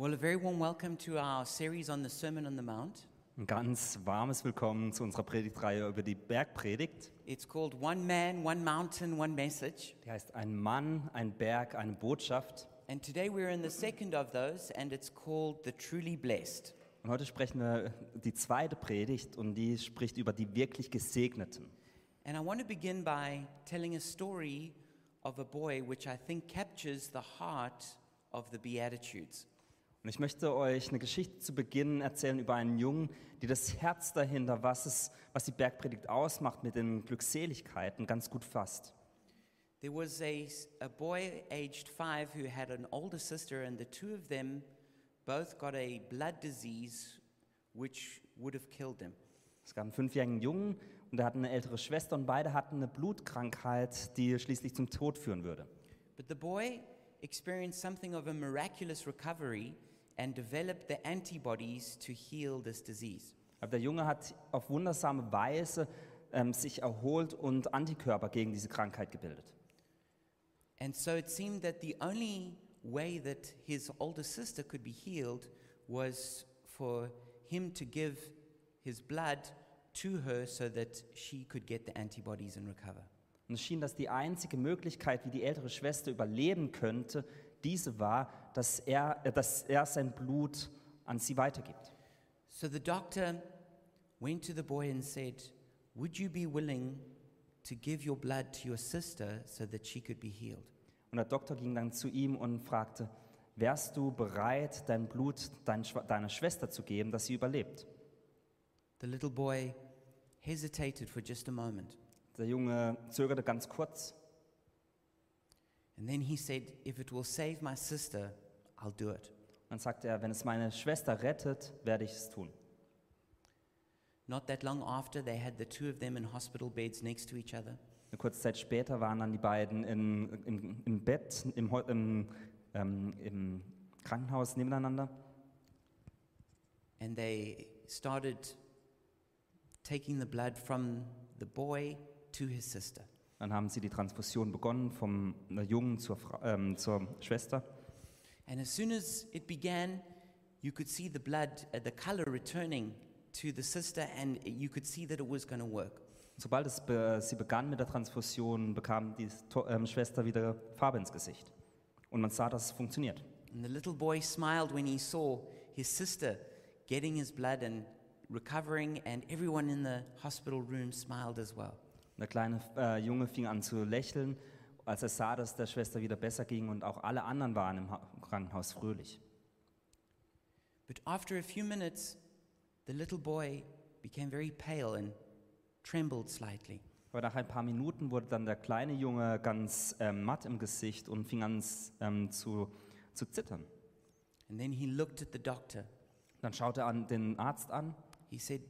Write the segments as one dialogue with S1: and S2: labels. S1: Well, a very warm welcome to our series on the Sermon on the Mount.
S2: Ein ganz warmes Willkommen zu unserer Predigtreihe über die Bergpredigt.
S1: It's called One Man, One Mountain, One Message.
S2: Die heißt Ein Mann, ein Berg, eine Botschaft.
S1: And today we're in the second of those, and it's called The Truly Blessed.
S2: Und heute sprechen wir die zweite Predigt und die spricht über die wirklich Gesegneten.
S1: And I want to begin by telling a story of a boy which I think captures the heart of the Beatitudes.
S2: Und ich möchte euch eine Geschichte zu Beginn erzählen über einen Jungen, die das Herz dahinter, was, es, was die Bergpredigt ausmacht mit den Glückseligkeiten, ganz gut fasst.
S1: There was a, s- a boy aged five who had an older sister, and the two of them both got a blood disease which would have killed them.
S2: Es gab einen fünfjährigen Jungen und er hatte eine ältere Schwester und beide hatten eine Blutkrankheit, die schließlich zum Tod führen würde.
S1: But the boy experienced something of a miraculous recovery and developed the antibodies to heal this disease.
S2: Aber der Junge hat auf wundersame Weise ähm, sich erholt und Antikörper gegen diese Krankheit gebildet.
S1: And so it seemed that the only way that his older sister could be healed was for him to give his blood to her so that she could get the antibodies and recover.
S2: Und es schien, dass die einzige Möglichkeit, wie die ältere Schwester überleben könnte, diese war, dass er, äh, dass er sein Blut an sie weitergibt.
S1: So the doctor went to the boy and said, Would you be willing to give your blood to your sister so that she could be healed?
S2: Und der Doktor ging dann zu ihm und fragte, wärst du bereit, dein Blut dein, Schw- deiner Schwester zu geben, dass sie überlebt?
S1: The little boy hesitated for just a moment,
S2: Der Junge zögerte ganz kurz
S1: and then he said, If it will save my sister, I'll do it.
S2: und dann sagte er, wenn es meine Schwester rettet, werde ich es tun.
S1: Not that long after, they had the two of them in hospital beds next to each other.
S2: Eine kurze Zeit später waren dann die beiden in, im, im Bett, im, Heu- im, ähm, im Krankenhaus nebeneinander.
S1: And they started taking the blood from the boy to his sister.
S2: Dann haben sie die Transfusion begonnen vom äh, Jungen zur, Fra ähm, zur Schwester.
S1: And as soon as it began, you could see the blood, uh, the color returning to the sister, and you could see that it was going to work.
S2: Sobald es be sie begann mit der Transfusion, bekam die To- ähm, Schwester wieder Farbe ins Gesicht. Und man sah, dass es funktioniert.
S1: And the little boy smiled when he saw his sister getting his blood and recovering, and everyone in the hospital room smiled as well.
S2: Und der kleine äh, Junge fing an zu lächeln, als er sah, dass der Schwester wieder besser ging und auch alle anderen waren im ha Krankenhaus fröhlich.
S1: But after a few minutes, the little boy became very pale and trembled slightly.
S2: Aber nach ein paar Minuten wurde dann der kleine Junge ganz ähm, matt im Gesicht und fing an s- ähm, zu, zu zittern.
S1: And then he looked at the doctor.
S2: Dann schaute er an den Arzt an
S1: He said,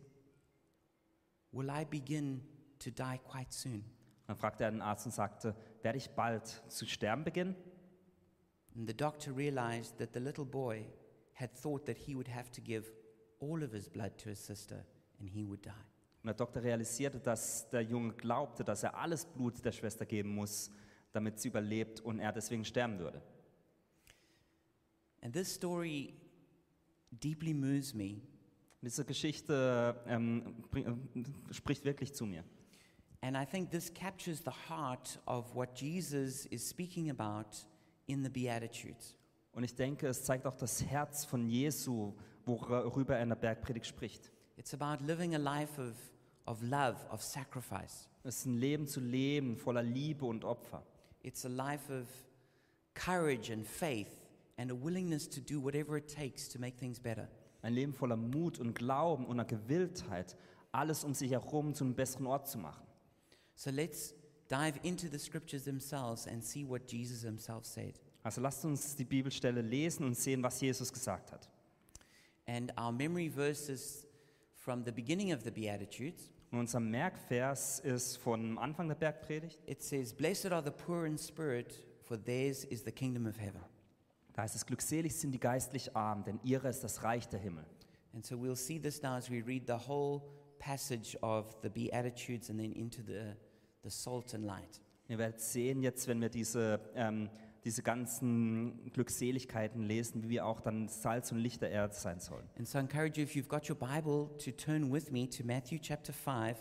S1: Will I begin to die quite soon?
S2: Dann fragte er den Arzt und sagte, werde ich bald zu sterben beginnen?
S1: And the doctor realized that the little boy had thought that he would have to give all of his blood to his sister and he would die.
S2: Und der Doktor realisierte, dass der Junge glaubte, dass er alles Blut der Schwester geben muss, damit sie überlebt und er deswegen sterben würde.
S1: And this story deeply moves me,
S2: Diese Geschichte ähm, bring, äh, spricht wirklich zu mir.
S1: and I think this captures the heart of what Jesus is speaking about in the Beatitudes.
S2: Und ich denke, es zeigt auch das Herz von Jesu, worüber er in der Bergpredigt spricht.
S1: It's about living a life of, of love, of sacrifice.
S2: Es ist ein Leben zu leben, voller Liebe und Opfer.
S1: It's a life of courage and faith and a willingness to do whatever it takes to make things better.
S2: Ein Leben voller Mut und Glauben und einer Gewilltheit, alles um sich herum zu einem besseren Ort zu machen.
S1: So let's dive into the scriptures themselves and see what Jesus himself said.
S2: Also lasst uns die Bibelstelle lesen und sehen, was Jesus gesagt hat.
S1: And our memory verses from the beginning of the Beatitudes
S2: Und unser Merkvers ist von Anfang der Bergpredigt.
S1: it says, Blessed are the poor in spirit, for theirs is the kingdom of heaven.
S2: Da heißt es, glückselig sind die geistlich Armen, denn ihrer ist das Reich der Himmel.
S1: And so we'll see this now as we read the whole passage of the Beatitudes and then into the, the salt and light.
S2: Ihr werdet sehen jetzt, wenn wir diese ähm, diese ganzen Glückseligkeiten lesen, wie wir auch dann Salz und Licht der Erde sein sollen.
S1: And so I encourage you, if you've got your Bible, to turn with me to Matthew chapter 5,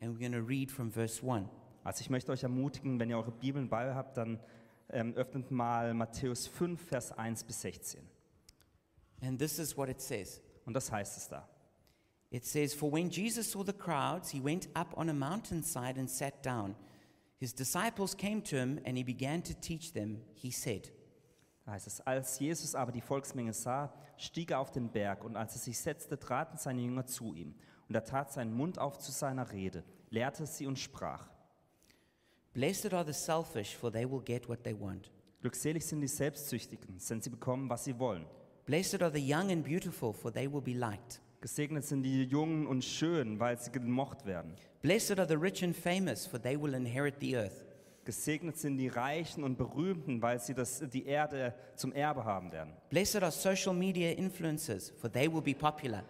S1: and we're going to read from verse 1.
S2: Also ich möchte euch ermutigen, wenn ihr eure Bibeln bei euch habt, dann ähm, öffnet mal Matthäus 5, Vers 1 bis 16.
S1: And this is what it says
S2: Und das heißt es da.
S1: It says, For when Jesus saw the crowds, he went up on a mountainside and sat down. His disciples came to him, and he began to teach them. He said,
S2: Da heißt es, als Jesus aber die Volksmenge sah, stieg er auf den Berg und als er sich setzte, traten seine Jünger zu ihm. Und er tat seinen Mund auf zu seiner Rede, lehrte sie und sprach.
S1: Blessed are the selfish, for they will get what they want.
S2: Glückselig sind die Selbstsüchtigen, denn sie bekommen, was sie wollen.
S1: Blessed are the young and beautiful, for they will be liked.
S2: Gesegnet sind die Jungen und Schönen, weil sie gemocht werden.
S1: Blessed are the rich and famous, for they will inherit the earth.
S2: Gesegnet sind die Reichen und Berühmten, weil sie das, die Erde zum Erbe haben werden.
S1: Blessed are social media influencers, for they will be popular.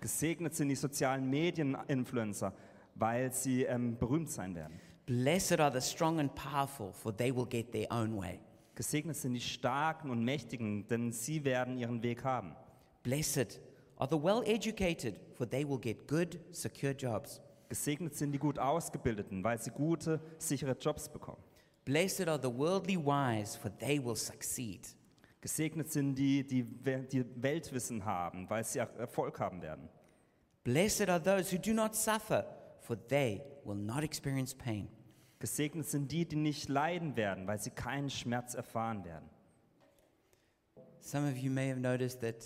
S2: Gesegnet sind die sozialen Medieninfluencer, weil sie ähm, berühmt sein werden.
S1: Blessed are the strong and powerful, for they will get their own way.
S2: Gesegnet sind die Starken und Mächtigen, denn sie werden ihren Weg haben.
S1: Blessed are the well educated, for they will get good, secure jobs.
S2: Gesegnet sind die gut ausgebildeten, weil sie gute, sichere Jobs bekommen.
S1: Blessed are the worldly wise, for they will succeed.
S2: Gesegnet sind die, die, We- die Weltwissen haben, weil sie Er- Erfolg haben werden.
S1: Blessed are those who do not suffer, for they will not experience pain.
S2: Gesegnet sind die, die nicht leiden werden, weil sie keinen Schmerz erfahren werden.
S1: Some of you may have noticed that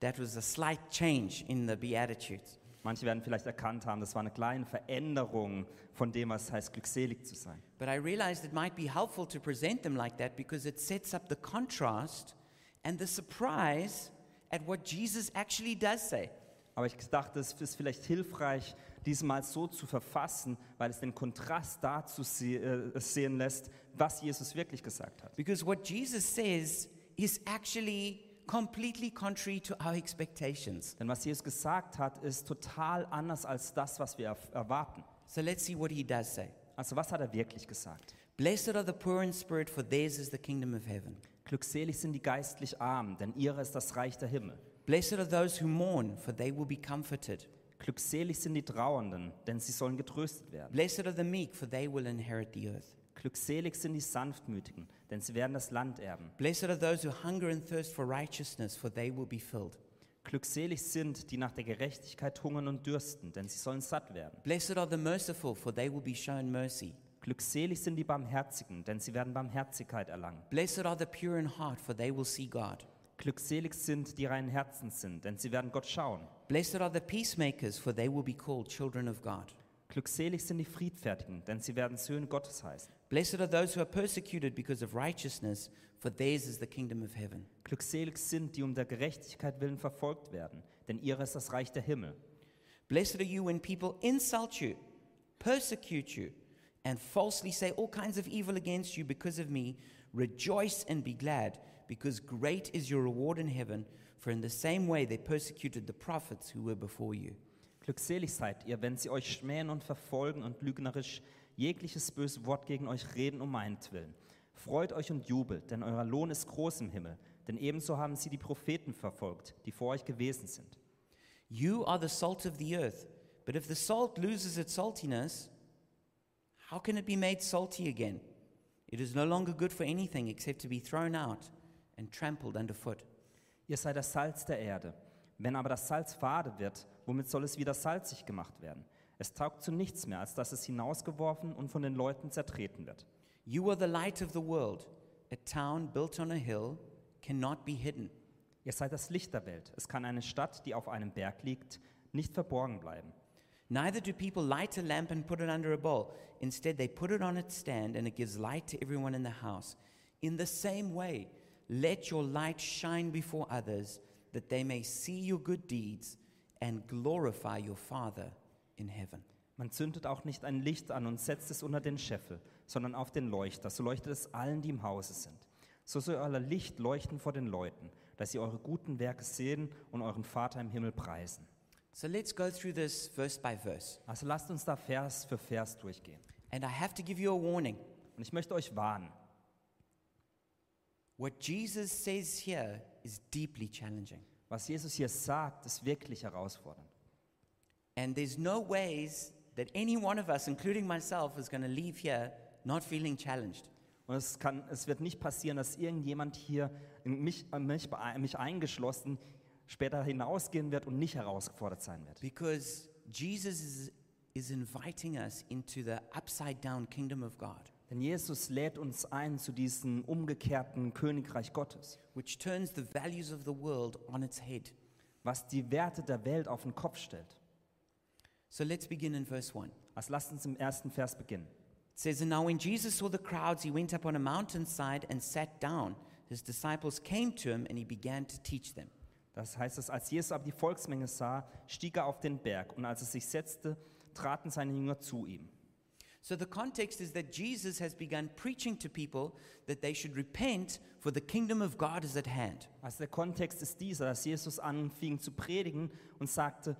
S1: that was a slight change in the Beatitudes.
S2: Manche werden vielleicht erkannt haben, das war eine kleine Veränderung von dem, was heißt, glückselig zu sein.
S1: But I realized it might be helpful to present them like that because it sets up the contrast and the surprise at what Jesus actually does say.
S2: Aber ich dachte, es ist vielleicht hilfreich, diesmal so zu verfassen, weil es den Kontrast dazu se- äh, sehen lässt, was Jesus wirklich gesagt hat.
S1: Because what Jesus says is actually completely contrary to our expectations.
S2: Denn was Jesus gesagt hat, ist total anders als das, was wir erf- erwarten.
S1: So let's see what he does say.
S2: Also was hat er wirklich gesagt?
S1: Blessed are the poor in spirit, for theirs is the kingdom of heaven.
S2: Glückselig sind die geistlich Armen, denn ihrer ist das Reich der Himmel.
S1: Blessed are those who mourn, for they will be comforted.
S2: Glückselig sind die Trauernden, denn sie sollen getröstet werden.
S1: Blessed are the meek, for they will inherit the earth.
S2: Glückselig sind die Sanftmütigen, denn sie werden das Land erben.
S1: Blessed are those who hunger and thirst for righteousness, for they will be filled.
S2: Glückselig sind die nach der Gerechtigkeit hungern und dürsten, denn sie sollen satt werden.
S1: Blessed are the merciful, for they will be shown mercy.
S2: Glückselig sind die Barmherzigen, denn sie werden Barmherzigkeit erlangen.
S1: Blessed are the pure in heart, for they will see God.
S2: Glückselig sind die reinen Herzens sind, denn sie werden Gott schauen.
S1: Blessed are the peacemakers, for they will be called children of God.
S2: Glückselig sind die Friedfertigen, denn sie werden Söhne Gottes heißen.
S1: Blessed are those who are persecuted because of righteousness, for theirs is the kingdom of heaven.
S2: Glückselig sind die um der Gerechtigkeit willen verfolgt werden, denn ihrer ist das Reich der Himmel.
S1: Blessed are you when people insult you, persecute you, and falsely say all kinds of evil against you because of me. Rejoice and be glad, because great is your reward in heaven, for in the same way they persecuted the prophets who were before you.
S2: Glückselig seid ihr, wenn sie euch schmähen und verfolgen und lügnerisch jegliches böse Wort gegen euch reden um meinetwillen. Freut euch und jubelt, denn euer Lohn ist groß im Himmel, denn ebenso haben sie die Propheten verfolgt, die vor euch gewesen sind.
S1: You are the salt of the earth, but if the salt loses its saltiness, how can it be made salty again? It is no longer good for anything except to be thrown out and trampled underfoot.
S2: Ihr seid das Salz der Erde. Wenn aber das Salz fade wird, womit soll es wieder salzig gemacht werden? Es taugt zu nichts mehr, als dass es hinausgeworfen und von den Leuten zertreten wird.
S1: You are the light of the world. A town built on a hill cannot be hidden.
S2: Ihr seid das Licht der Welt. Es kann eine Stadt, die auf einem Berg liegt, nicht verborgen bleiben.
S1: Neither do people light a lamp and put it under a bowl. Instead, they put it on its stand and it gives light to everyone in the house. In the same way, let your light shine before others that they may see your good deeds and glorify your Father in heaven.
S2: Man zündet auch nicht ein Licht an und setzt es unter den Scheffel, sondern auf den Leuchter. So leuchtet es allen, die im Hause sind. So soll euer Licht leuchten vor den Leuten, dass sie eure guten Werke sehen und euren Vater im Himmel preisen.
S1: So let's go through this verse by verse.
S2: Also lasst uns da Vers für Vers durchgehen.
S1: And I have to give you a warning.
S2: Und ich möchte euch warnen.
S1: What Jesus says here is deeply challenging.
S2: Was Jesus hier sagt, ist wirklich herausfordernd.
S1: And there's no ways that any one of us, including myself, is going to leave here not feeling challenged.
S2: Und es, kann, es wird nicht passieren, dass irgendjemand hier, in mich, äh, mich, bee- mich eingeschlossen, später hinausgehen wird und nicht herausgefordert sein wird.
S1: Because Jesus is, is inviting us into the upside down kingdom of God,
S2: Denn Jesus lädt uns ein zu diesem umgekehrten Königreich Gottes,
S1: which turns the values of the world on its head.
S2: was die Werte der Welt auf den Kopf stellt.
S1: So let's begin in verse 1. It
S2: Also lasst uns im ersten Vers beginnen.
S1: says, And now when Jesus saw the crowds, he went up on a mountainside and sat down. His disciples came to him, and he began to teach them.
S2: Das heißt es, als Jesus aber die Volksmenge sah, stieg er auf den Berg und als er sich setzte, traten seine Jünger zu ihm.
S1: So the context is that Jesus has begun preaching to people that they should repent, for the kingdom of God is at hand.
S2: Also der Kontext ist dieser, dass Jesus anfing zu predigen und sagte,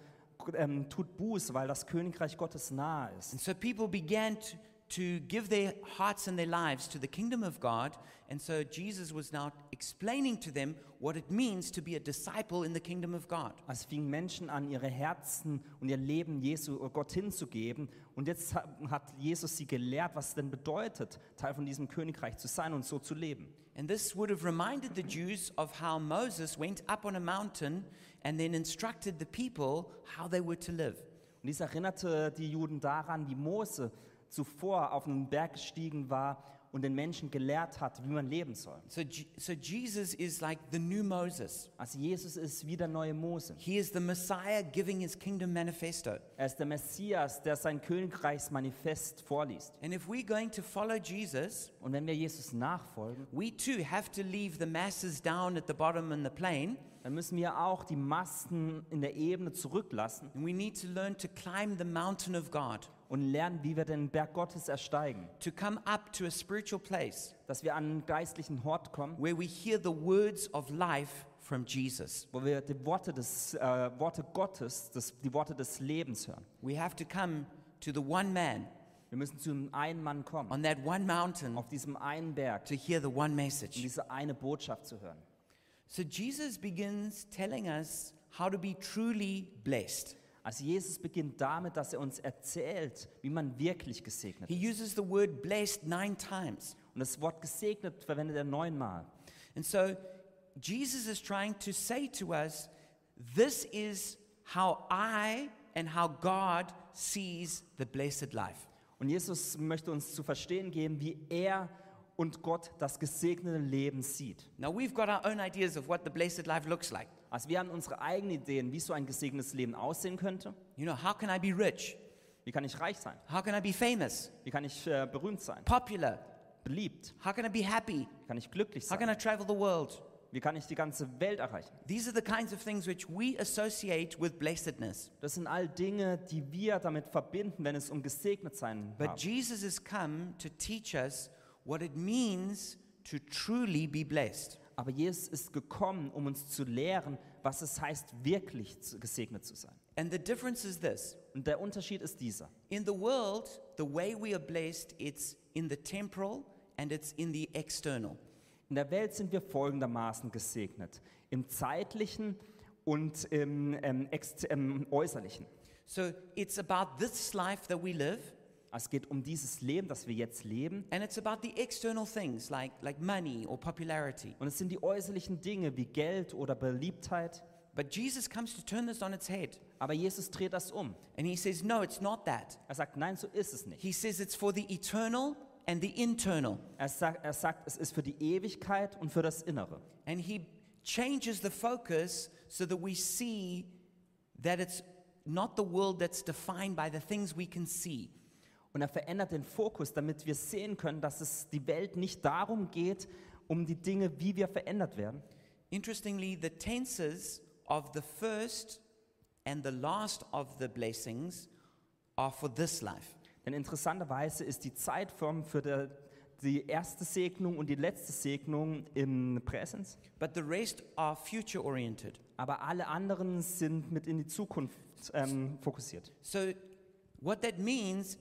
S2: ähm, tut Buß, weil das Königreich Gottes nahe ist.
S1: And so people began to, to give their hearts and their lives to the kingdom of God. And so Jesus was now explaining to them what it means to be a disciple in the kingdom of God.
S2: Es fingen Menschen an, ihre Herzen und ihr Leben Jesu oh Gott hinzugeben. Und jetzt ha- hat Jesus sie gelehrt, was es denn bedeutet, Teil von diesem Königreich zu sein und so zu leben.
S1: And this would have reminded the Jews of how Moses went up on a mountain and then instructed the people how they were to live.
S2: Und dies erinnerte die Juden daran, wie Mose zuvor auf einen Berg gestiegen war und den Menschen gelehrt hat, wie man leben soll.
S1: So, Je- so Jesus is like the new Moses.
S2: Also Jesus ist wie der neue Mose.
S1: He is the Messiah giving his kingdom manifesto.
S2: Er ist der Messias, der sein Königreichsmanifest vorliest.
S1: And if we're going to follow Jesus,
S2: Und wenn wir Jesus nachfolgen,
S1: we too have to leave the masses down at the bottom in the plain,
S2: dann müssen wir auch die Massen in der Ebene zurücklassen
S1: and we need to learn to climb the mountain of God,
S2: und lernen, wie wir den Berg Gottes ersteigen.
S1: to come up to a spiritual place
S2: Dass wir an einen geistlichen Hort kommen,
S1: where we hear the words of life from Jesus.
S2: wo wir die Worte, des, äh, Worte Gottes, das, die Worte des Lebens hören.
S1: We have to come to the one man
S2: Wir müssen zu einem einen Mann kommen.
S1: on that one mountain
S2: auf diesem einen Berg,
S1: to hear the one
S2: um
S1: message.
S2: diese eine Botschaft zu hören.
S1: So Jesus begins telling us how to be truly blessed.
S2: Also Jesus beginnt damit, dass er uns erzählt, wie man wirklich gesegnet
S1: He
S2: ist.
S1: uses the word blessed nine times.
S2: Und das Wort gesegnet verwendet er neunmal.
S1: And so Jesus is trying to say to us, this is how I and how God sees the blessed life.
S2: Und Jesus möchte uns zu verstehen geben, wie er und Gott das gesegnete Leben sieht.
S1: Now we've got our own ideas of what the blessed life looks like.
S2: Also wir haben unsere eigenen Ideen, wie so ein gesegnetes Leben aussehen könnte.
S1: You know, how can I be rich?
S2: Wie kann ich reich sein?
S1: How can I be famous?
S2: Wie kann ich äh, berühmt sein?
S1: Popular?
S2: Beliebt?
S1: How can I be happy?
S2: Wie kann ich glücklich
S1: How can
S2: sein?
S1: I travel the world?
S2: Wie kann ich die ganze Welt erreichen?
S1: These are the kinds of things which we associate with blessedness.
S2: Das sind all Dinge, die wir damit verbinden, wenn es um gesegnet sein
S1: But
S2: geht.
S1: Jesus has come to teach us what it means to truly be blessed.
S2: Aber Jesus ist gekommen, um uns zu lehren, was es heißt, wirklich zu- gesegnet zu sein.
S1: And the difference is this
S2: Und der Unterschied ist dieser.
S1: In the world, the way we are blessed, it's in the temporal and it's in the external.
S2: In der Welt sind wir folgendermaßen gesegnet. Im zeitlichen und im ähm, ext ähm, äußerlichen.
S1: So it's about this life that we live,
S2: Es geht um dieses Leben, das wir jetzt leben.
S1: and it's about the external things like, like money or popularity.
S2: Und es sind die äußerlichen Dinge wie Geld oder Beliebtheit.
S1: But Jesus comes to turn this on its head,
S2: Aber Jesus dreht das um.
S1: and he says, No, it's not that.
S2: Er sagt, nein, so ist es nicht.
S1: He says it's for the eternal and the internal.
S2: Er sagt, er sagt es ist für die Ewigkeit und für das Innere.
S1: And he changes the focus so that we see that it's not the world that's defined by the things we can see,
S2: Und er verändert den Fokus, damit wir sehen können, dass es die Welt nicht darum geht, um die Dinge, wie wir verändert werden.
S1: Interestingly, the tenses of the first and the last of the blessings are for this life.
S2: Denn interessanterweise ist die Zeitform für der, die erste Segnung und die letzte Segnung im Präsens,
S1: But the rest are future oriented.
S2: aber alle anderen sind mit in die Zukunft ähm, fokussiert.
S1: So, what that means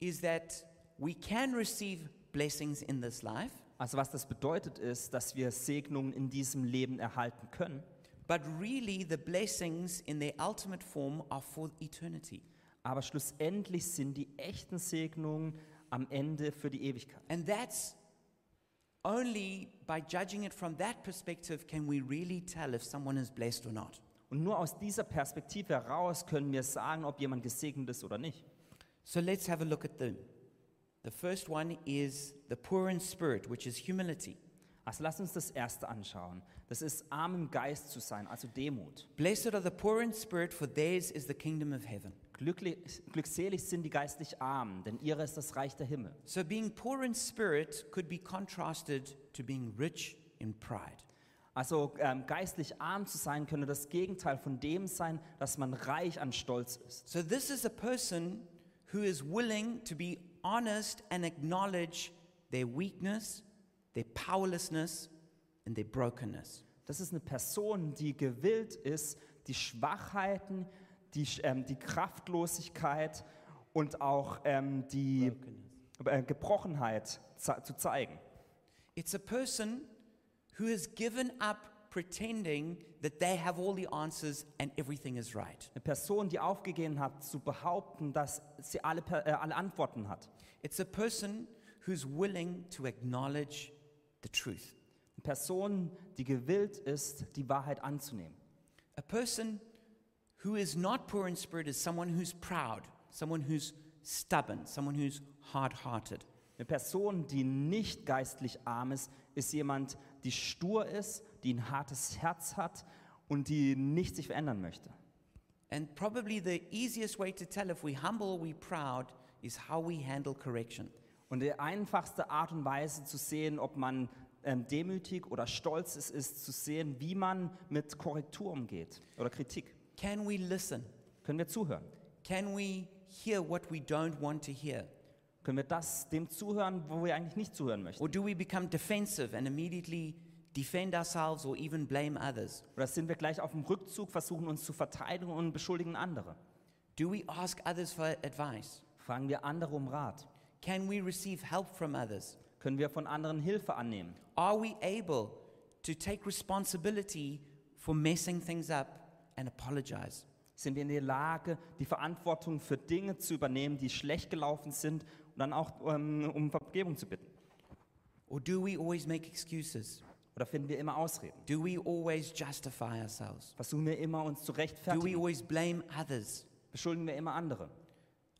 S1: is that we can receive blessings in this life,
S2: Also was das bedeutet ist, dass wir Segnungen in diesem Leben erhalten können,
S1: But really, the blessings in their ultimate form are for eternity.
S2: aber schlussendlich sind die echten Segnungen am Ende für die Ewigkeit.
S1: And that's only by judging it from that perspective can we really tell if someone is blessed or not.
S2: Und nur aus dieser Perspektive heraus können wir sagen, ob jemand gesegnet ist oder nicht.
S1: So let's have a look at them. The first one is the poor in spirit, which is humility.
S2: Also lass uns das erste anschauen. Das ist arm im Geist zu sein, also Demut.
S1: Blessed are the poor in spirit, for theirs is the kingdom of heaven.
S2: Glücklich, glückselig sind die geistlich Armen, denn ihrer ist das Reich der Himmel.
S1: So being poor in spirit could be contrasted to being rich in pride.
S2: Also ähm, geistlich arm zu sein könnte das Gegenteil von dem sein, dass man reich an Stolz ist.
S1: So this is a person who is willing to be honest and acknowledge their weakness, their powerlessness, and their brokenness.
S2: Das ist eine Person, die gewillt ist, die Schwachheiten, die, Sch- ähm, die Kraftlosigkeit und auch ähm, die äh, Gebrochenheit ze- zu zeigen.
S1: It's a person who has given up pretending that they have all the answers and everything is right.
S2: Eine Person, die aufgegeben hat, zu behaupten, dass sie alle, Per- äh, alle Antworten hat.
S1: It's a person who's willing to acknowledge the truth.
S2: Eine Person, die gewillt ist, die Wahrheit anzunehmen.
S1: A person who is not poor in spirit is someone who's proud, someone who's stubborn, someone who's hard hearted.
S2: Eine Person, die nicht geistlich arm ist, ist jemand, die stur ist, die ein hartes Herz hat und die nicht sich verändern möchte.
S1: And probably the easiest way to tell if we humble or we proud is how we handle correction.
S2: Und die einfachste Art und Weise zu sehen, ob man ähm, demütig oder stolz ist, ist zu sehen, wie man mit Korrektur umgeht oder Kritik.
S1: Can we listen?
S2: Können wir zuhören?
S1: Can we hear what we don't want to hear?
S2: Können wir das dem zuhören, wo wir eigentlich nicht zuhören möchten?
S1: Or do we become defensive and immediately defend ourselves or even blame others?
S2: Oder sind wir gleich auf dem Rückzug, versuchen uns zu verteidigen und beschuldigen andere?
S1: Do we ask others for advice?
S2: Fragen wir andere um Rat?
S1: Can we receive help from others?
S2: Können wir von anderen Hilfe annehmen?
S1: Are we able to take responsibility for messing things up and apologize?
S2: Sind wir in der Lage, die Verantwortung für Dinge zu übernehmen, die schlecht gelaufen sind und dann auch ähm, um Vergebung zu bitten?
S1: Or do we always make excuses?
S2: Oder finden wir immer Ausreden?
S1: Do we always justify ourselves?
S2: Versuchen wir immer, uns zu
S1: Do we
S2: rechtfertigen?
S1: always blame others?
S2: Beschuldigen wir immer andere?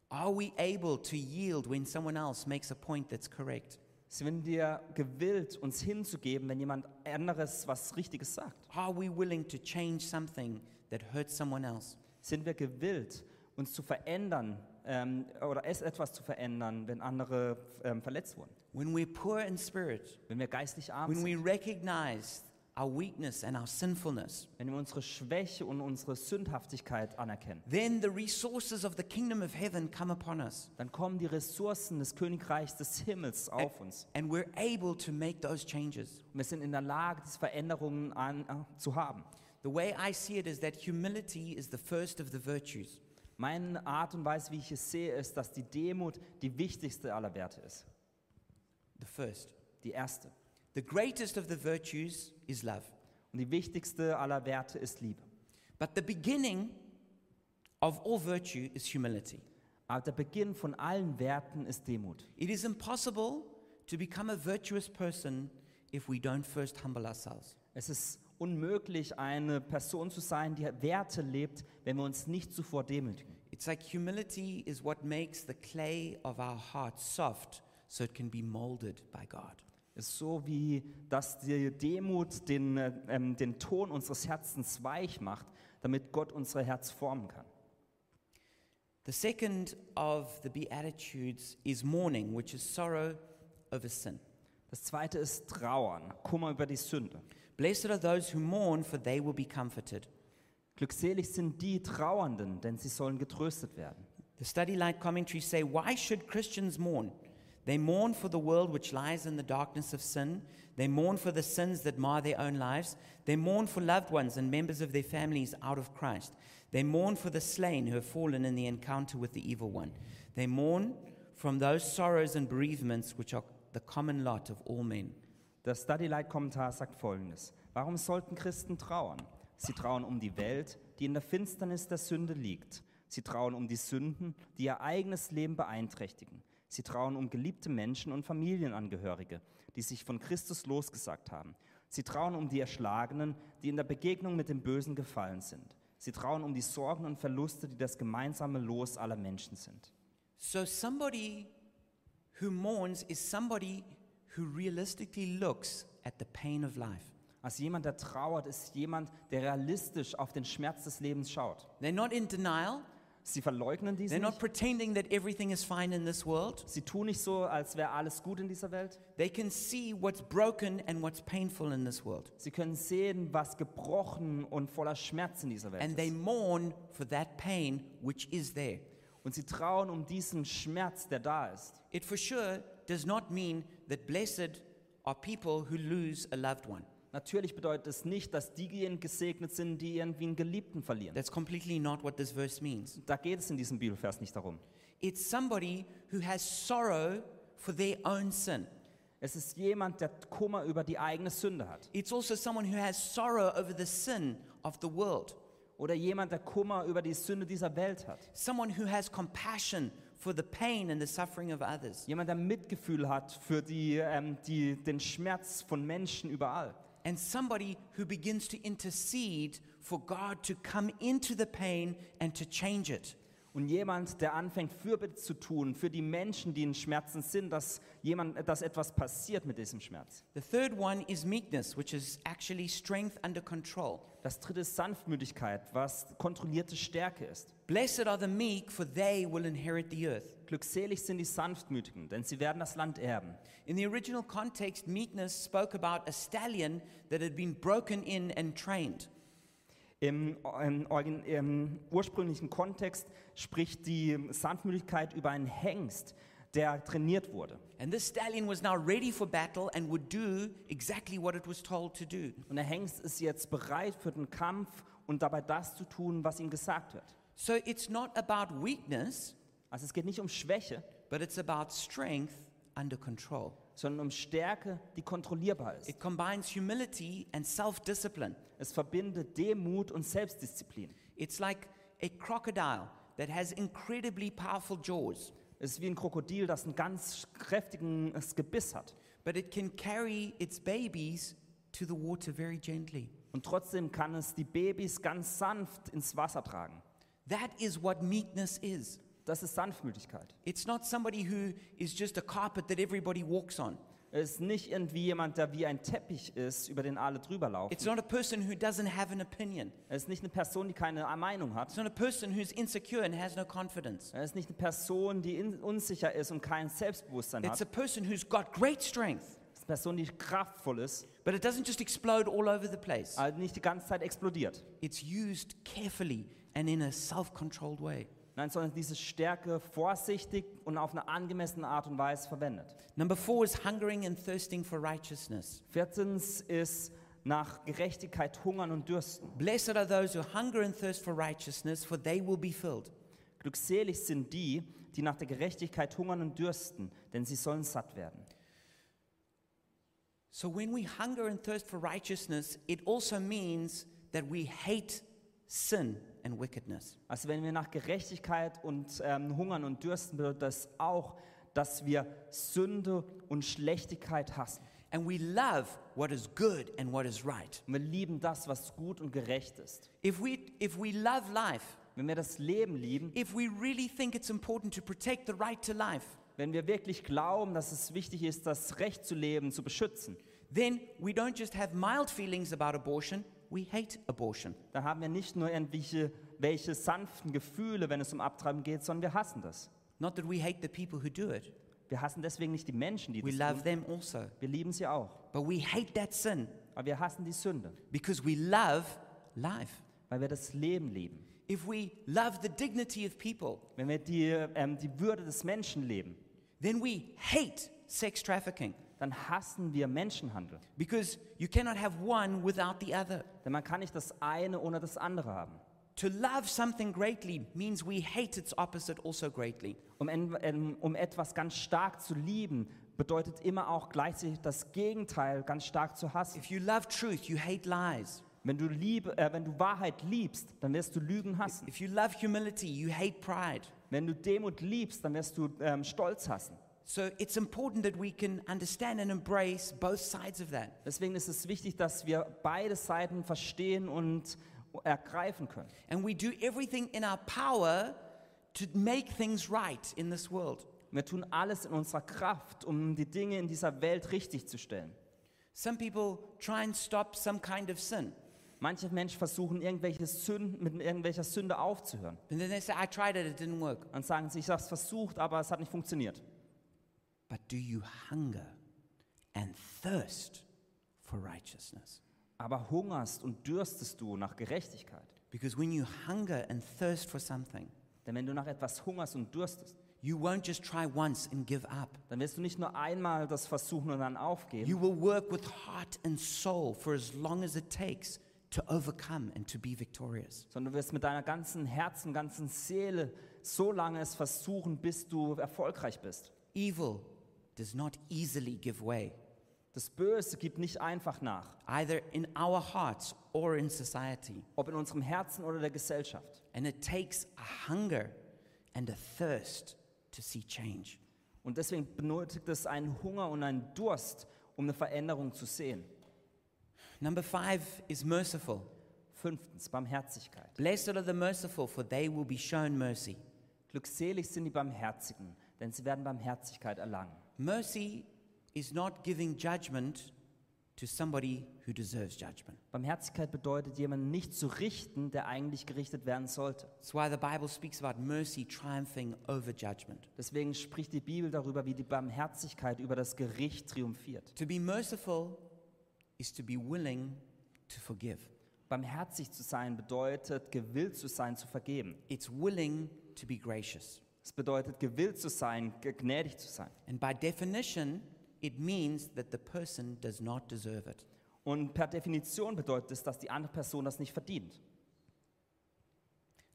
S1: Are we able to yield when someone else makes a point that's correct?
S2: Sind wir gewillt, uns hinzugeben, wenn jemand anderes was Richtiges sagt?
S1: Are we willing to change something that hurts someone else?
S2: Sind wir gewillt, uns zu verändern ähm, oder es etwas zu verändern, wenn andere ähm, verletzt wurden?
S1: When we're poor in spirit,
S2: Wenn wir geistlich arm
S1: when
S2: sind?
S1: we recognize our weakness and our sinfulness,
S2: Wenn wir unsere Schwäche und unsere Sündhaftigkeit anerkennen?
S1: then the resources of the kingdom of heaven come upon us.
S2: dann kommen die Ressourcen des Königreichs des Himmels auf uns.
S1: And we're able to make those changes.
S2: Und wir sind in der Lage, diese Veränderungen an, äh, zu haben.
S1: The way I see it is that humility is the first of the virtues.
S2: Meine Art und Weise, wie ich es sehe, ist, dass die Demut die wichtigste aller Werte ist.
S1: The first.
S2: Die erste.
S1: The greatest of the virtues is love.
S2: Und die wichtigste aller Werte ist Liebe.
S1: But the beginning of all virtue is humility.
S2: Aber der Beginn von allen Werten ist Demut.
S1: It is impossible to become a virtuous person if we don't first humble ourselves.
S2: Es ist unmöglich, eine Person zu sein, die Werte lebt, wenn wir uns nicht zuvor demütigen.
S1: It's like humility is what makes the clay of our heart soft so it can be molded by God.
S2: Es ist so wie, dass die Demut den, äh, ähm, den Ton unseres Herzens weich macht, damit Gott unser Herz formen kann.
S1: The second of the Beatitudes is mourning, which is sorrow over sin.
S2: Das zweite ist Trauern, Kummer über die Sünde.
S1: Blessed are those who mourn, for they will be comforted.
S2: Glückselig sind die Trauernden, denn sie sollen getröstet werden.
S1: The study light commentaries say, Why should Christians mourn? They mourn for the world which lies in the darkness of sin. They mourn for the sins that mar their own lives. They mourn for loved ones and members of their families out of Christ. They mourn for the slain who have fallen in the encounter with the evil one. They mourn from those sorrows and bereavements which are the common lot of all men.
S2: Der Study Light Kommentar sagt folgendes: Warum sollten Christen trauern? Sie trauern um die Welt, die in der Finsternis der Sünde liegt. Sie trauern um die Sünden, die ihr eigenes Leben beeinträchtigen. Sie trauern um geliebte Menschen und Familienangehörige, die sich von Christus losgesagt haben. Sie trauern um die Erschlagenen, die in der Begegnung mit dem Bösen gefallen sind. Sie trauern um die Sorgen und Verluste, die das gemeinsame Los aller Menschen sind.
S1: So somebody who mourns is somebody who realistically looks at the pain of life.
S2: Also jemand, der trauert, ist jemand, der realistisch auf den Schmerz des Lebens schaut.
S1: They're not in denial.
S2: Sie verleugnen
S1: They're
S2: diesen
S1: not
S2: nicht.
S1: pretending that everything is fine in this world.
S2: Sie tun nicht so, als wäre alles gut in dieser Welt.
S1: They can see what's broken and what's painful in this world.
S2: Sie können sehen, was gebrochen und voller Schmerz in dieser Welt
S1: And they
S2: ist.
S1: mourn for that pain which is there.
S2: Und sie trauen um diesen Schmerz, der da ist.
S1: It for sure does not mean that blessed are people who lose a loved one.
S2: Natürlich bedeutet es nicht, dass diejenigen gesegnet sind, die irgendwie einen Geliebten verlieren.
S1: That's completely not what this verse means.
S2: Da geht es in diesem Bibelvers nicht darum.
S1: It's somebody who has sorrow for their own sin.
S2: Es ist jemand, der Kummer über die eigene Sünde hat.
S1: It's also someone who has sorrow over the sin of the world.
S2: Oder jemand, der Kummer über die Sünde dieser Welt hat.
S1: Someone who has compassion for the pain and the suffering of others.
S2: Jemand, der Mitgefühl hat für die, ähm, die, den Schmerz von Menschen überall.
S1: And somebody who begins to intercede for God to come into the pain and to change it.
S2: Und jemand, der anfängt, Fürbitte zu tun für die Menschen, die in Schmerzen sind, dass, jemand, dass etwas passiert mit diesem Schmerz.
S1: The third one is meekness, which is actually strength under control.
S2: Das dritte ist Sanftmütigkeit, was kontrollierte Stärke ist.
S1: Blessed are the meek, for they will inherit the earth.
S2: Glückselig sind die Sanftmütigen, denn sie werden das Land erben.
S1: In the original context, meekness spoke about a stallion that had been broken in and trained.
S2: Im, im, Origin- Im ursprünglichen Kontext spricht die Sanftmütigkeit über einen Hengst, der trainiert wurde.
S1: And this stallion was now ready for battle and would do exactly what it was told to do.
S2: Und der Hengst ist jetzt bereit für den Kampf und dabei das zu tun, was ihm gesagt wird.
S1: So it's not about weakness,
S2: Also es geht nicht um Schwäche,
S1: but it's about strength under control.
S2: sondern um Stärke, die kontrollierbar ist.
S1: It combines humility and self discipline.
S2: Es verbindet Demut und Selbstdisziplin.
S1: It's like a crocodile that has incredibly powerful jaws,
S2: Es ist wie ein Krokodil, das ein ganz kräftiges Gebiss hat.
S1: but it can carry its babies to the water very gently.
S2: Und trotzdem kann es die Babys ganz sanft ins Wasser tragen.
S1: That is what meekness is.
S2: Das ist Sanftmütigkeit.
S1: It's not somebody who is just a carpet that everybody walks on.
S2: Es ist nicht irgendwie jemand, der wie ein Teppich ist, über den alle drüber laufen.
S1: It's not a person who doesn't have an opinion.
S2: Es ist nicht eine Person, die keine Meinung hat.
S1: It's not a person who's insecure and has no confidence.
S2: Es ist nicht eine Person, die in, unsicher ist und kein Selbstbewusstsein hat.
S1: It's a person who's got great strength,
S2: Es ist eine Person, die kraftvoll ist,
S1: but it doesn't just explode all over the place.
S2: aber nicht die ganze Zeit explodiert.
S1: It's used carefully and in a self controlled way.
S2: Nein, sondern diese Stärke vorsichtig und auf eine angemessene Art und Weise verwendet.
S1: Number four is hungering and thirsting for righteousness.
S2: Viertens ist nach Gerechtigkeit hungern und dürsten.
S1: Blessed are those who hunger and thirst for righteousness, for they will be filled.
S2: Glückselig sind die, die nach der Gerechtigkeit hungern und dürsten, denn sie sollen satt werden.
S1: So when we hunger and thirst for righteousness, it also means that we hate sin and wickedness.
S2: Also wenn wir nach Gerechtigkeit und ähm, hungern und dürsten, bedeutet das auch, dass wir Sünde und Schlechtigkeit hassen.
S1: And we love what is good and what is right.
S2: Und wir lieben das, was gut und gerecht ist.
S1: If we, if we love life,
S2: Wenn wir das Leben lieben,
S1: if we really think it's important to protect the right to life,
S2: wenn wir wirklich glauben, dass es wichtig ist, das Recht zu leben, zu beschützen,
S1: then we don't just have mild feelings about abortion, we hate abortion.
S2: dann haben wir nicht nur irgendwelche welche sanften Gefühle, wenn es um Abtreiben geht, sondern wir hassen das.
S1: Not that we hate the people who do it,
S2: Wir hassen deswegen nicht die Menschen, die
S1: we
S2: das
S1: love
S2: tun.
S1: them also.
S2: Wir lieben sie auch,
S1: But we hate that sin
S2: aber wir hassen die Sünde,
S1: because we love life.
S2: weil wir das Leben lieben.
S1: If we love the dignity of people,
S2: Wenn wir die, ähm, die Würde des Menschen leben,
S1: then we hate sex trafficking
S2: dann hassen wir Menschenhandel.
S1: because you cannot have one without the other.
S2: Denn man kann nicht das eine ohne das andere haben.
S1: To love something greatly means we hate its opposite also greatly.
S2: Um, en- ähm, um etwas ganz stark zu lieben, bedeutet immer auch gleichzeitig das Gegenteil ganz stark zu hassen.
S1: If you love truth, you hate lies.
S2: Wenn du, Liebe, äh, wenn du Wahrheit liebst, dann wirst du Lügen hassen.
S1: If you love humility, you hate pride.
S2: Wenn du Demut liebst, dann wirst du ähm, Stolz hassen.
S1: So it's important that we can understand and embrace both sides of that.
S2: Deswegen ist es wichtig, dass wir beide Seiten verstehen und ergreifen können.
S1: And we do everything in our power to make things right in this world.
S2: Wir tun alles in unserer Kraft, um die Dinge in dieser Welt richtig zu stellen.
S1: Some people try and stop some kind of sin,
S2: Manche Menschen versuchen, irgendwelche Sünden, mit irgendwelcher Sünde aufzuhören
S1: and then they say, I tried it, it didn't work.
S2: und sagen sich, ich habe es versucht, aber es hat nicht funktioniert.
S1: But do you hunger and thirst for righteousness?
S2: Aber hungerst und dürstest du nach Gerechtigkeit.
S1: Because when you hunger and thirst for something,
S2: Denn wenn du nach etwas hungerst und dürstest,
S1: you won't just try once and give up.
S2: dann wirst du nicht nur einmal das versuchen und dann aufgeben,
S1: You will work with heart and soul for as long as it takes to overcome and to be victorious.
S2: sondern du wirst mit deiner ganzen Herzen, ganzen Seele so lange es versuchen, bis du erfolgreich bist.
S1: Evil does not easily give way,
S2: Das Böse gibt nicht einfach nach,
S1: either in our hearts or in society.
S2: ob in unserem Herzen oder der Gesellschaft.
S1: And it takes a hunger and a thirst to see change.
S2: Und deswegen benötigt es einen Hunger und einen Durst, um eine Veränderung zu sehen.
S1: Number five is merciful.
S2: Fünftens, Barmherzigkeit.
S1: Blessed are the merciful, for they will be shown mercy.
S2: Glückselig sind die Barmherzigen, denn sie werden Barmherzigkeit erlangen.
S1: Mercy is not giving judgment to somebody who deserves judgment.
S2: Barmherzigkeit bedeutet, jemanden nicht zu richten, der eigentlich gerichtet werden sollte.
S1: That's why the Bible speaks about mercy triumphing over judgment.
S2: Deswegen spricht die Bibel darüber, wie die Barmherzigkeit über das Gericht triumphiert.
S1: To be merciful is to be willing to forgive.
S2: Barmherzig zu sein bedeutet, gewillt zu sein, zu vergeben.
S1: It's willing to be gracious.
S2: Es bedeutet, gewillt zu sein, ge- gnädig zu sein.
S1: And by definition, it means that the person does not deserve it.
S2: Und per Definition bedeutet es, dass die andere Person das nicht verdient.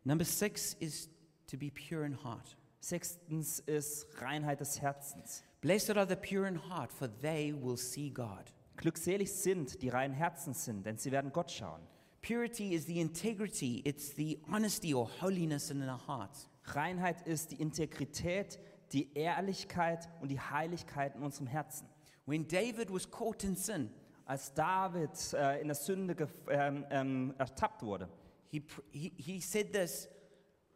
S1: Number six is to be pure in heart.
S2: Sechstens ist Reinheit des Herzens.
S1: Blessed are the pure in heart, for they will see God.
S2: Glückselig sind, die reinen Herzens sind, denn sie werden Gott schauen.
S1: Purity is the integrity, it's the honesty or holiness in our hearts.
S2: Reinheit ist die Integrität, die Ehrlichkeit und die Heiligkeit in unserem Herzen.
S1: When David was caught in sin,
S2: Als David äh, in der Sünde gef- ähm, ähm, ertappt wurde,
S1: He, pr- he, he said this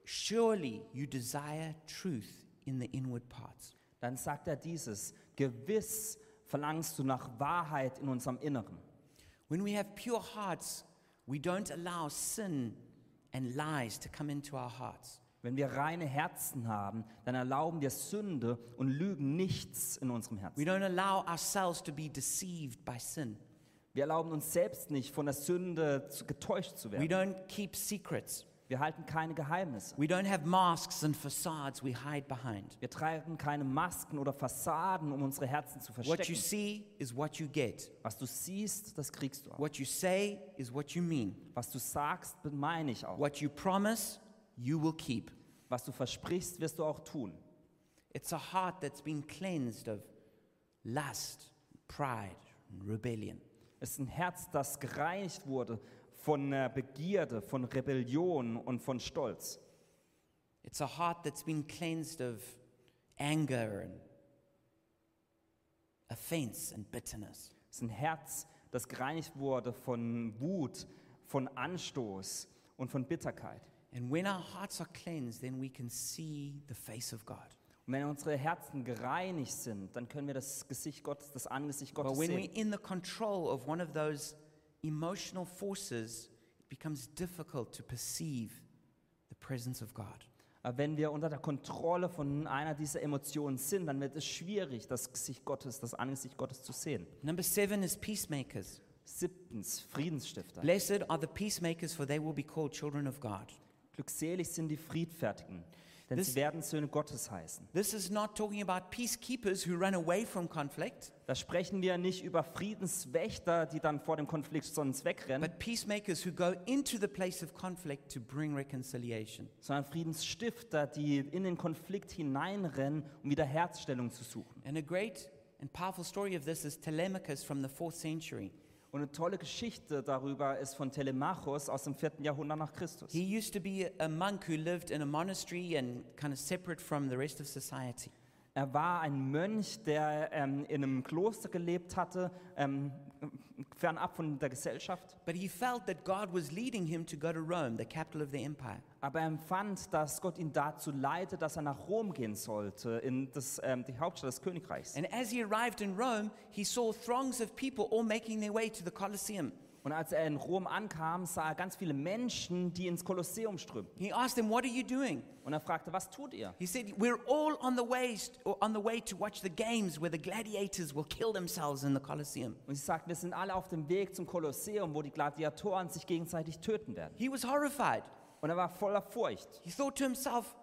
S1: Surely you desire truth in the inward parts.
S2: dann sagt er dieses, gewiss verlangst du nach Wahrheit in unserem Inneren.
S1: When we have pure hearts, we don't allow sin and lies to come into our hearts.
S2: Wenn wir reine Herzen haben, dann erlauben wir Sünde und Lügen nichts in unserem
S1: We
S2: Herzen.
S1: don't allow ourselves to be deceived by sin.
S2: Wir erlauben uns selbst nicht, von der Sünde zu, getäuscht zu
S1: We
S2: werden.
S1: don't keep secrets.
S2: Wir halten keine Geheimnisse.
S1: We don't have masks and facades we hide behind.
S2: Wir tragen keine Masken oder Fassaden, um unsere Herzen zu
S1: What you
S2: verstecken.
S1: see is what you get.
S2: Was du siehst, das kriegst du auch.
S1: What you say is what you mean.
S2: Was du sagst, meine ich auch.
S1: What you promise, you will keep.
S2: Was du versprichst, wirst du auch tun.
S1: It's a heart that's been cleansed of lust, pride, and rebellion.
S2: Es ist ein Herz, das gereinigt wurde von äh, Begierde, von Rebellion und von Stolz.
S1: It's a heart that's been cleansed of anger and offense and bitterness.
S2: Es ist ein Herz, das gereinigt wurde von Wut, von Anstoß und von Bitterkeit.
S1: And when our hearts are cleansed, then we can see the face of God.
S2: Und wenn unsere Herzen gereinigt sind, dann können wir das Gesicht Gottes, das Angesicht
S1: But
S2: Gottes
S1: when we're
S2: sehen.
S1: in the control of one of those emotional forces, it becomes difficult to perceive the presence of God.
S2: Aber wenn wir unter der Kontrolle von einer dieser Emotionen sind, dann wird es schwierig, das Gesicht Gottes, das Angesicht Gottes zu sehen.
S1: Number seven is peacemakers.
S2: Siebtens, Friedensstifter.
S1: Blessed are the peacemakers, for they will be called children of God.
S2: Glückselig sind die Friedfertigen, denn
S1: This-
S2: sie werden Söhne Gottes heißen.
S1: This is not talking about peacekeepers who run away from conflict,
S2: Da sprechen wir nicht über Friedenswächter, die dann vor dem Konflikt sonst wegrennen,
S1: but peacemakers who go into the place of conflict to bring reconciliation.
S2: sondern Friedensstifter, die in den Konflikt hineinrennen, um wieder Herzstellung zu suchen.
S1: And a great and powerful story of this is Telemachus from the fourth century.
S2: Und eine tolle Geschichte darüber ist von Telemachos aus dem 4. Jahrhundert nach Christus.
S1: He used to be a monk who lived in a monastery and kind of separate from the rest of society.
S2: Er war ein Mönch, der ähm, in einem Kloster gelebt hatte, ähm, fernab von der Gesellschaft.
S1: But he felt that God was leading him to go to Rome, the capital of the empire.
S2: Aber er empfand, dass Gott ihn dazu leitet, dass er nach Rom gehen sollte, in das, ähm, die Hauptstadt des Königreichs.
S1: And as he arrived in Rome, he saw throngs of people all making their way to the Colosseum.
S2: Und als er in Rom ankam, sah er ganz viele Menschen, die ins Kolosseum strömten.
S1: He asked them, "What are you doing?"
S2: Und er fragte, was tut ihr?
S1: He said, "We're all on the way or on the way to watch the games where the gladiators will kill themselves in the Colosseum."
S2: Und sie sagten, wir sind alle auf dem Weg zum Kolosseum, wo die Gladiatoren sich gegenseitig töten werden.
S1: He was horrified.
S2: Und er war voller Furcht.
S1: He thought to himself,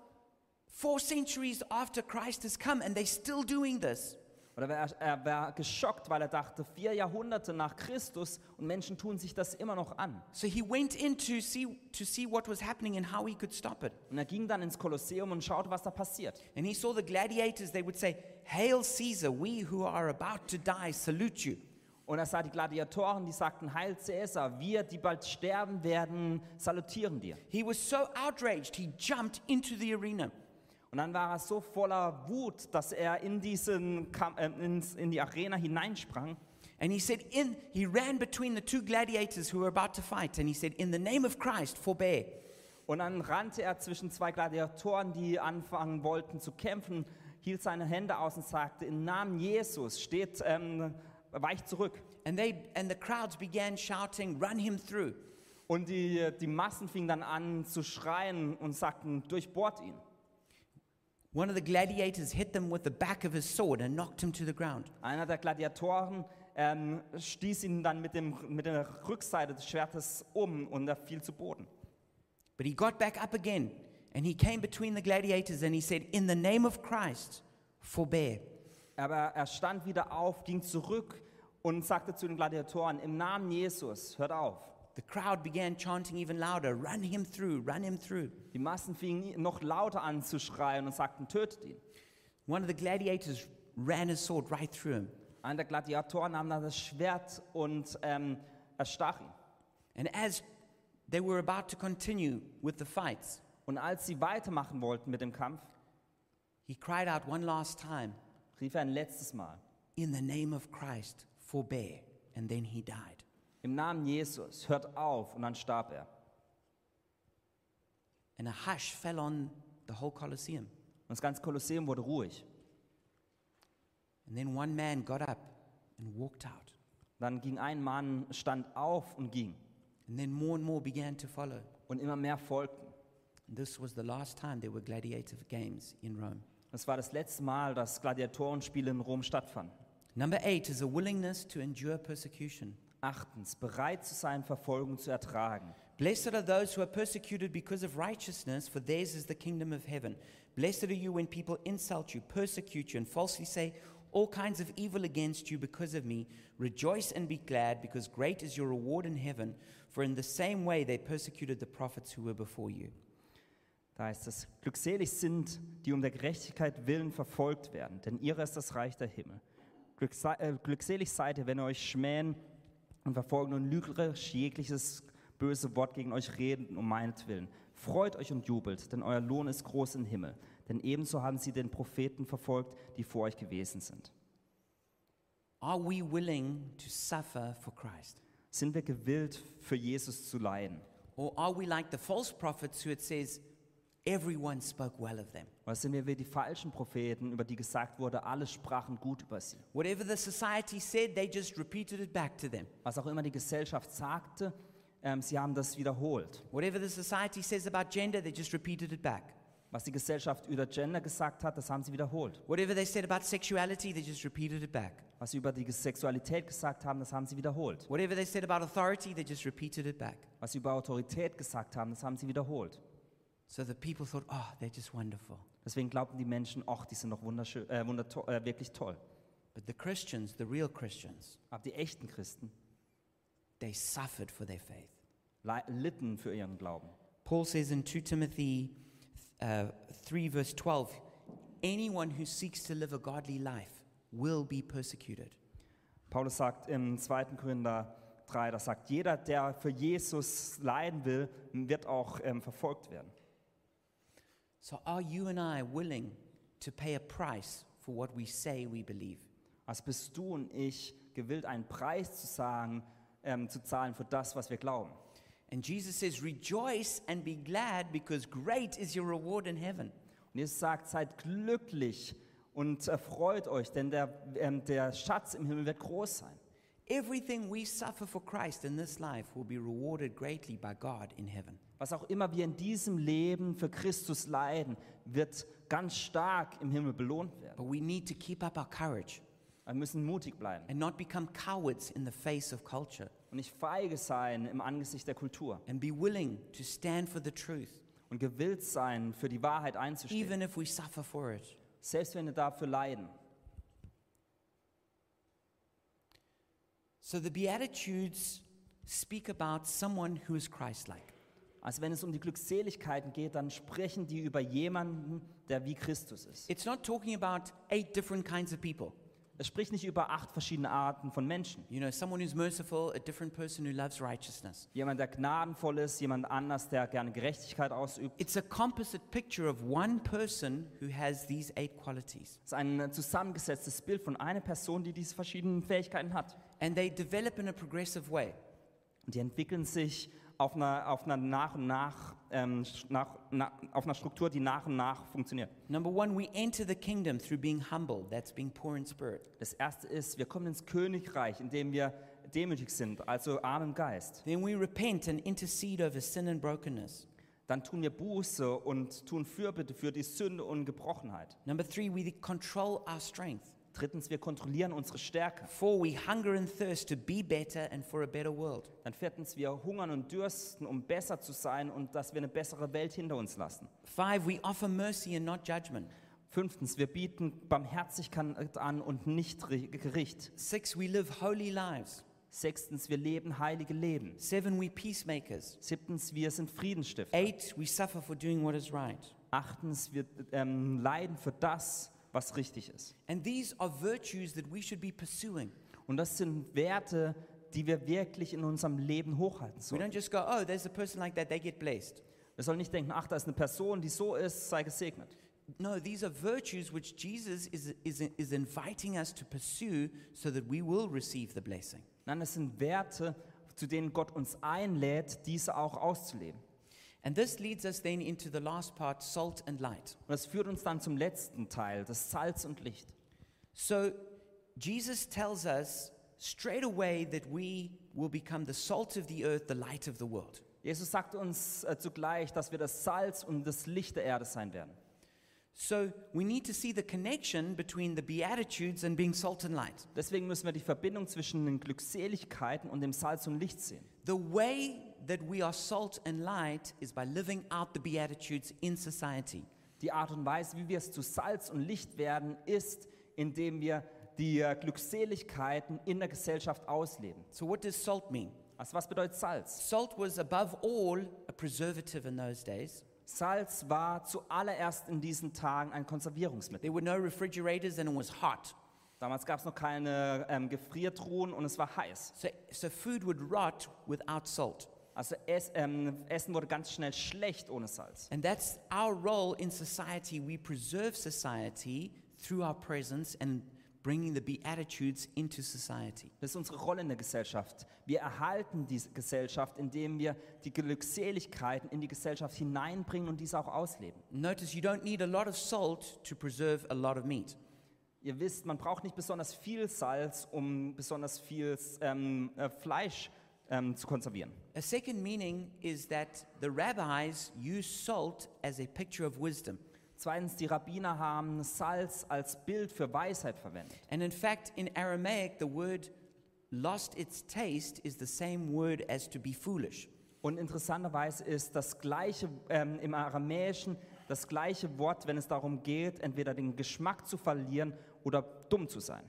S1: four centuries after Christ has come and they're still doing this.
S2: Und er war, er war geschockt, weil er dachte, vier Jahrhunderte nach Christus und Menschen tun sich das immer noch an.
S1: So he went in to see, to see what was happening and how he could stop it.
S2: Und er ging dann ins Kolosseum und schaute, was da passiert.
S1: And he saw the gladiators, they would say, Hail Caesar, we who are about to die salute you.
S2: Und er sah die Gladiatoren, die sagten, Heil Cäsar, wir, die bald sterben werden, salutieren dir.
S1: He was so outraged, he jumped into the arena.
S2: Und dann war er so voller Wut, dass er in, diesen, Kam- äh, ins, in die Arena hineinsprang.
S1: And he said, in, he ran between the two gladiators who were about to fight. And he said, In the name of Christ, forbear.
S2: Und dann rannte er zwischen zwei Gladiatoren, die anfangen wollten zu kämpfen, hielt seine Hände aus und sagte, im Namen Jesus steht, ähm, weicht zurück.
S1: And, they, and the crowds began shouting, Run him through.
S2: Und die, die Massen fingen dann an zu schreien und sagten, durchbohrt ihn.
S1: One of the gladiators hit them with the back of his sword and knocked him to the ground.
S2: Einer der Gladiatoren ähm, stieß ihn dann mit, dem, mit der Rückseite des Schwertes um und er fiel zu Boden.
S1: But he got back up again and he came between the gladiators and he said, In the name of Christ, forbear.
S2: Aber er stand wieder auf, ging zurück und sagte zu den Gladiatoren, im Namen Jesus, hört auf.
S1: The crowd began chanting even louder, Run him through, run him through.
S2: Die Massen fingen noch lauter an zu schreien und sagten, tötet ihn.
S1: One of the gladiators ran his sword right through him.
S2: Einer der Gladiatoren nahm dann das Schwert und ähm, erstach ihn.
S1: And as they were about to continue with the fights,
S2: Und als sie weitermachen wollten mit dem Kampf,
S1: he cried out one last time,
S2: rief er ein letztes Mal,
S1: In the name of Christ, forbear. And then he died.
S2: im Namen Jesus, hört auf. Und dann starb er.
S1: And a hush fell on the whole Colosseum.
S2: Und das ganze Kolosseum wurde ruhig.
S1: And then one man got up and walked out.
S2: Dann ging ein Mann, stand auf und ging.
S1: And then more and more began to follow.
S2: Und immer mehr folgten.
S1: This was the last time there were gladiator games in Rome.
S2: Das war das letzte Mal, dass Gladiatorenspiele in Rom stattfanden.
S1: Number eight is a willingness to endure persecution.
S2: Achtens, bereit zu sein, Verfolgung zu ertragen.
S1: Blessed are those who are persecuted because of righteousness, for theirs is the kingdom of heaven. Blessed are you when people insult you, persecute you, and falsely say all kinds of evil against you because of me. Rejoice and be glad, because great is your reward in heaven, for in the same way they persecuted the prophets who were before you.
S2: Da heißt es, glückselig sind, die um der Gerechtigkeit willen verfolgt werden, denn ihrer ist das Reich der Himmel. Glückse- äh, Glückselig seid ihr, wenn ihr euch schmähen und verfolgen und lügnerisch jegliches böse Wort gegen euch reden um meinetwillen. Freut euch und jubelt, denn euer Lohn ist groß im Himmel. Denn ebenso haben sie den Propheten verfolgt, die vor euch gewesen sind.
S1: Are we willing to suffer for Christ?
S2: Sind wir gewillt, für Jesus zu leiden?
S1: Or are we like the false prophets who it says, everyone spoke well of them?
S2: Oder sind wir wie die falschen Propheten, über die gesagt wurde, alle sprachen gut über sie?
S1: Whatever the society said, they just repeated it back to them.
S2: was auch immer die Gesellschaft sagte, ähm, sie haben das wiederholt.
S1: Whatever the society says about gender, they just repeated it back.
S2: Was die Gesellschaft über Gender gesagt hat, das haben sie wiederholt.
S1: Whatever they said about sexuality, they just repeated it back.
S2: Was sie über die Sexualität gesagt haben, das haben sie wiederholt.
S1: Whatever they said about authority, they just repeated it back.
S2: Was sie über Autorität gesagt haben, das haben sie wiederholt.
S1: So the people thought, oh, they're just wonderful.
S2: Deswegen glaubten die Menschen, ach, die sind doch wunderschön, äh, wunderto- äh, wirklich toll.
S1: But the Christians, the real Christians,
S2: Aber die echten Christen
S1: they suffered for their faith.
S2: lei- litten für ihren Glauben.
S1: Paul says in 2 Timothy uh, 3, verse 12, anyone who seeks to live a godly life will be persecuted.
S2: Paulus sagt im 2. Korinther 3, das sagt, jeder, der für Jesus leiden will, wird auch ähm, verfolgt werden.
S1: So, are you and I willing to pay a price for what we say we believe?
S2: Also bist du und ich gewillt, einen Preis zu, sagen, ähm, zu zahlen für das, was wir glauben.
S1: And Jesus says, Rejoice and be glad because great is your reward in heaven.
S2: Und Jesus sagt, seid glücklich und erfreut euch, denn der, ähm, der Schatz im Himmel wird groß sein.
S1: Everything we suffer for Christ in this life will be rewarded greatly by God in heaven.
S2: Was auch immer wir in diesem Leben für Christus leiden, wird ganz stark im Himmel belohnt werden.
S1: But we need to keep up our courage
S2: Wir müssen mutig bleiben
S1: and not become cowards in the face of culture
S2: und nicht feige sein im Angesicht der Kultur
S1: and be willing to stand for the truth,
S2: und gewillt sein, für die Wahrheit einzustehen,
S1: even if we suffer for it.
S2: selbst wenn wir dafür leiden.
S1: So the Beatitudes speak about someone who is Christ like.
S2: Also wenn es um die Glückseligkeiten geht, dann sprechen die über jemanden, der wie Christus ist.
S1: It's not talking about eight different kinds of people.
S2: Es spricht nicht über acht verschiedene Arten von Menschen.
S1: You know, someone who's merciful, a different person who loves righteousness.
S2: Jemand, der gnadenvoll ist, jemand anders, der gerne Gerechtigkeit ausübt.
S1: It's a composite picture of one person who has these eight qualities.
S2: Es ist ein zusammengesetztes Bild von einer Person, die diese verschiedenen Fähigkeiten hat.
S1: And they develop in a progressive way.
S2: Und die entwickeln sich auf einer, auf einer nach und nach, ähm, sch- nach, na, auf einer Struktur, die nach und nach funktioniert.
S1: Number one, we enter the kingdom through being humble, that's being poor in spirit.
S2: Das erste ist, wir kommen ins Königreich, indem wir demütig sind, also arm im Geist.
S1: Then we repent and intercede over sin and brokenness.
S2: Dann tun wir Buße und tun Fürbitte für die Sünde und Gebrochenheit.
S1: Number three, we control our strength.
S2: Drittens, wir kontrollieren unsere Stärke.
S1: Four, we hunger and thirst to be better and for a better world.
S2: Dann viertens, wir hungern und dürsten, um besser zu sein und dass wir eine bessere Welt hinter uns lassen.
S1: Five, we offer mercy and not judgment.
S2: Fünftens, wir bieten Barmherzigkeit an und nicht Re- Gericht.
S1: Six, we live holy lives.
S2: Sechstens, wir leben heilige Leben.
S1: Seven, we peacemakers.
S2: Siebtens, wir sind Friedensstifter.
S1: Eight, we suffer for doing what is right.
S2: Achtens, wir ähm, leiden für das, was richtig ist.
S1: And these are virtues that we should be pursuing.
S2: Und das sind Werte, die wir wirklich in unserem Leben hochhalten
S1: We
S2: sollen.
S1: don't just go, oh, there's a person like that, they get blessed.
S2: Wir sollen nicht denken, ach, da ist eine Person, die so ist, sei gesegnet.
S1: No, these are virtues which Jesus is, is, is inviting us to pursue so that we will receive the blessing.
S2: Nein, es sind Werte, zu denen Gott uns einlädt, diese auch auszuleben.
S1: And this leads us then into the last part salt and light.
S2: Und das führt uns dann zum letzten Teil, das Salz und Licht.
S1: So Jesus tells us straight away that we will become the salt of the earth, the light of the world.
S2: Jesus sagt uns äh, zugleich, dass wir das Salz und das Licht der Erde sein werden.
S1: So we need to see the connection between the Beatitudes and being salt and light.
S2: Deswegen müssen wir die Verbindung zwischen den Glückseligkeiten und dem Salz und Licht sehen.
S1: The way that we are salt and light is by living out the Beatitudes in society.
S2: Die Art und Weise, wie wir es zu Salz und Licht werden, ist, indem wir die äh, Glückseligkeiten in der Gesellschaft ausleben.
S1: So, what does salt mean?
S2: Also was bedeutet Salz?
S1: Salt was, above all, a preservative in those days.
S2: Salz war zuallererst in diesen Tagen ein Konservierungsmittel.
S1: There were no refrigerators and it was hot.
S2: Damals gab es noch keine ähm, Gefriertruhen und es war heiß.
S1: So, so, food would rot without salt.
S2: Also es, ähm, Essen wurde ganz schnell schlecht ohne Salz.
S1: And that's our role in society. We preserve society through our presence and bringing the Beatitudes into society.
S2: Das ist unsere Rolle in der Gesellschaft. Wir erhalten diese Gesellschaft, indem wir die Glückseligkeiten in die Gesellschaft hineinbringen und diese auch ausleben.
S1: Notice you don't need a lot of salt to preserve a lot of meat.
S2: Ihr wisst, man braucht nicht besonders viel Salz, um besonders viel ähm, äh, Fleisch ähm, zu konservieren.
S1: A second meaning is that the rabbis use salt as a picture of wisdom.
S2: Zweitens, die Rabbiner haben Salz als Bild für Weisheit verwendet.
S1: And in fact, in Aramaic, the word lost its taste is the same word as to be foolish.
S2: Und interessanterweise ist das gleiche ähm, im Aramäischen das gleiche Wort, wenn es darum geht, entweder den Geschmack zu verlieren oder dumm zu sein.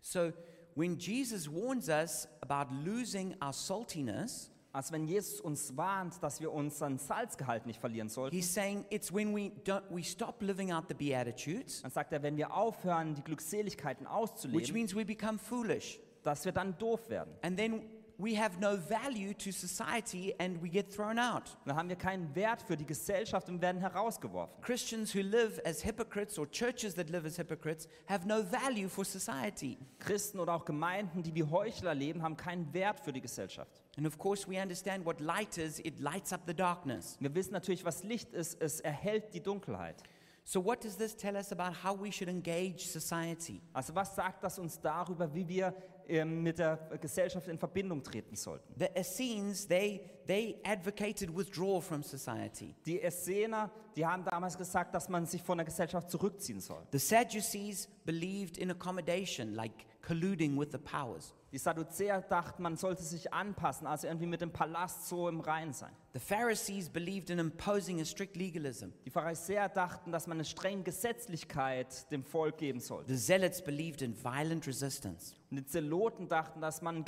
S1: So when Jesus warns us about losing our saltiness,
S2: Als wenn Jesus uns warnt, dass wir unseren Salzgehalt nicht verlieren sollten,
S1: He's saying it's when we, don't, we stop living out the Beatitudes,
S2: dann sagt er, wenn wir aufhören, die Glückseligkeiten
S1: which
S2: auszuleben,
S1: means we become foolish.
S2: dass wir dann doof werden.
S1: And then we have no value to society and we get thrown out.
S2: Dann haben wir keinen Wert für die Gesellschaft und werden herausgeworfen.
S1: Christians who live as hypocrites or churches that live as hypocrites have no value for society.
S2: Christen oder auch Gemeinden, die wie Heuchler leben, haben keinen Wert für die Gesellschaft.
S1: And of course, we understand what light is it lights up the darkness.
S2: Wir wissen natürlich, was Licht ist. Es erhellt die Dunkelheit.
S1: So, what does this tell us about how we should engage society?
S2: Also was sagt das uns darüber, wie wir ähm, mit der Gesellschaft in Verbindung treten sollten?
S1: The Essenes, they, they advocated withdrawal from society.
S2: Die Essener, die haben damals gesagt, dass man sich von der Gesellschaft zurückziehen soll.
S1: The Sadducees believed in accommodation, like colluding with the powers.
S2: Die Sadduzäer dachten, man sollte sich anpassen, also irgendwie mit dem Palast so im Reinen sein.
S1: The Pharisees believed in imposing a strict legalism.
S2: Die Pharisäer dachten, dass man eine strenge Gesetzlichkeit dem Volk geben sollte.
S1: The Zealots believed in violent resistance.
S2: Und die Zeloten dachten, dass man